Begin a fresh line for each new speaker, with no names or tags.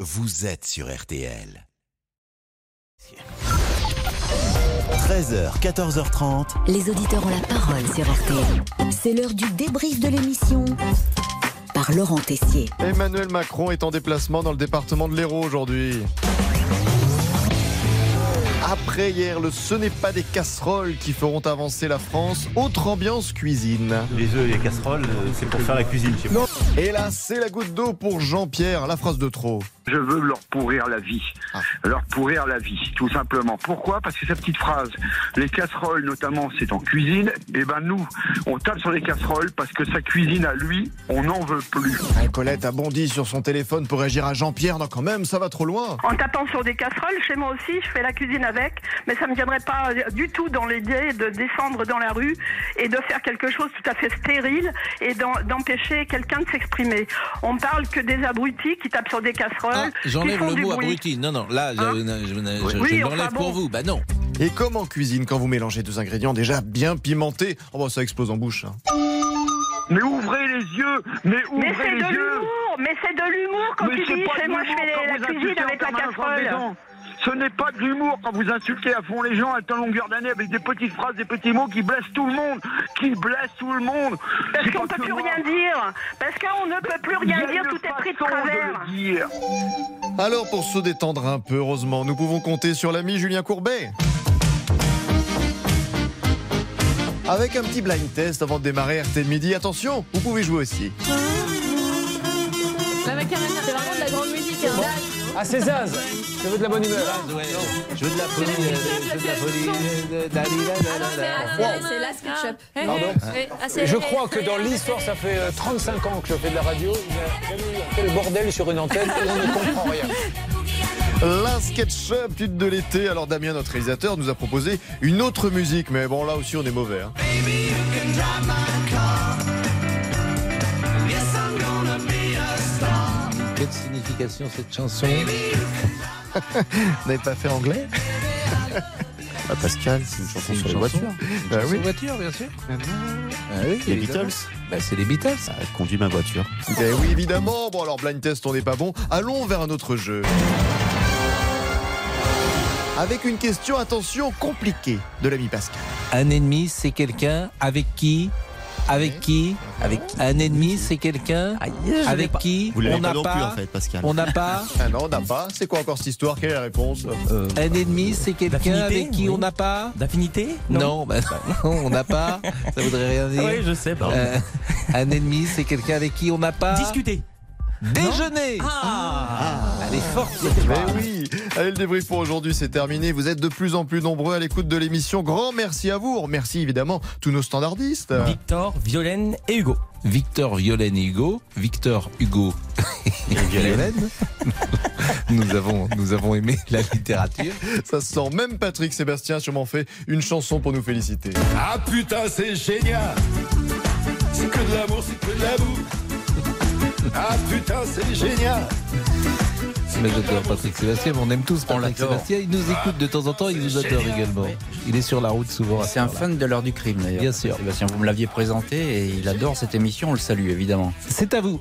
vous êtes sur RTL. 13h, 14h30.
Les auditeurs ont la parole sur RTL. C'est l'heure du débrief de l'émission par Laurent Tessier.
Emmanuel Macron est en déplacement dans le département de l'Hérault aujourd'hui. Après hier, le ce n'est pas des casseroles qui feront avancer la France. Autre ambiance cuisine.
Les œufs et les casseroles, euh, c'est pour faire la cuisine chez moi.
Et là, c'est la goutte d'eau pour Jean-Pierre, la phrase de trop.
Je veux leur pourrir la vie.
Ah.
Leur pourrir la vie, tout simplement. Pourquoi Parce que cette petite phrase, les casseroles notamment, c'est en cuisine. Et ben nous, on tape sur les casseroles parce que sa cuisine à lui, on n'en veut plus.
Ah, Colette a bondi sur son téléphone pour réagir à Jean-Pierre. Non, quand même, ça va trop loin.
En tapant sur des casseroles, chez moi aussi, je fais la cuisine avec, mais ça ne me viendrait pas du tout dans l'idée de descendre dans la rue et de faire quelque chose tout à fait stérile et d'en- d'empêcher quelqu'un de s'exprimer. On parle que des abrutis qui tapent sur des
Ah,
casseroles. qui
j'enlève
font
le
du
mot
bruit.
abruti. Non, non, là, je,
Hein
je- je- je-
Oui,
je
enfin
l'enlève
bon.
pour vous. Bah non.
Et comme en cuisine, quand vous mélangez deux ingrédients déjà bien pimentés, oh bah, ça explose en bouche. hein.
Mais ouvrez les yeux Mais ouvrez
Mais c'est
les
de
yeux
l'humour, mais c'est de l'humour quand
Mais
tu
c'est
dis
pas de
chez moi je
l'humour
fais
quand
la- la
vous
cuisine
insultez en
avec la
permanence dans les
casserole.
gens. Ce n'est pas de l'humour quand vous insultez à fond les gens à tant longueur d'année avec des petites phrases, des petits mots qui blessent tout le monde, qui blessent tout le monde.
Parce
C'est
qu'on ne
pas
peut
que
plus
moi.
rien dire. Parce qu'on ne peut plus rien
Il y a
dire,
une
tout est pris de
façon
travers.
le dire.
Alors, pour se détendre un peu, heureusement, nous pouvons compter sur l'ami Julien Courbet. Avec un petit blind test avant de démarrer RT Midi. Attention, vous pouvez jouer aussi.
C'est vraiment de la grande musique. hein.
Ah, c'est Zaz Je veux de la bonne humeur.
Je veux de la folie, je veux de la folie, euh, dalila, dalala.
Ah C'est Ah. la SketchUp.
Je crois que dans l'histoire, ça fait euh, 35 ans que je fais de la radio. Il y a jamais eu un tel bordel sur une antenne et on ne comprend rien.
La SketchUp, tube de l'été. Alors Damien, notre réalisateur, nous a proposé une autre musique, mais bon là aussi on est mauvais. hein.
Quelle signification cette chanson
Vous n'avez pas fait anglais
Ah, Pascal, c'est une chanson
C'est une
sur les
chanson.
voitures.
Une
Bah
chanson
oui.
voiture, bien sûr. Ah oui,
Les
évidemment.
Beatles
Bah, c'est les Beatles.
Ah, Je conduis ma voiture.
Eh oui, évidemment. Bon alors blind test, on n'est pas bon. Allons vers un autre jeu. Avec une question, attention, compliquée de l'ami Pascal.
Un ennemi, c'est quelqu'un avec qui Avec qui Avec Un ennemi, c'est quelqu'un avec qui
Vous l'avez
on
pas
n'a
non plus, en
pas.
fait, Pascal.
On n'a pas.
Ah non, on n'a pas. C'est quoi encore cette histoire Quelle est la réponse
Un ennemi, c'est quelqu'un
D'affinité,
avec qui
oui.
on n'a pas.
D'affinité
Non, bah non, on n'a pas. Ça voudrait rien dire.
Oui, je sais, pardon.
Euh, un ennemi, c'est quelqu'un avec qui on n'a pas
Discuter.
déjeuné. Ah, Elle est forte.
Mais Ben oui Allez, le débrief pour aujourd'hui, c'est terminé. Vous êtes de plus en plus nombreux à l'écoute de l'émission. Grand merci à vous. On Remercie évidemment tous nos standardistes.
Victor, Violaine et Hugo.
Victor, Violaine et Hugo. Victor, Hugo et Violaine. nous, avons, nous avons aimé la littérature.
Ça se sent. Même Patrick Sébastien a sûrement fait une chanson pour nous féliciter.
Ah putain, c'est génial C'est que de l'amour, c'est que de la boue. Ah putain, c'est génial
Mais j'adore Patrick Sébastien, mais on aime tous Patrick
l'adore.
Sébastien. Il nous écoute de temps en temps, il nous adore également. Il est sur la route souvent. à ce
C'est un
moment-là.
fan de l'heure du crime, d'ailleurs.
Bien sûr.
Sébastien, vous me l'aviez présenté et il adore cette émission, on le salue évidemment.
C'est à vous.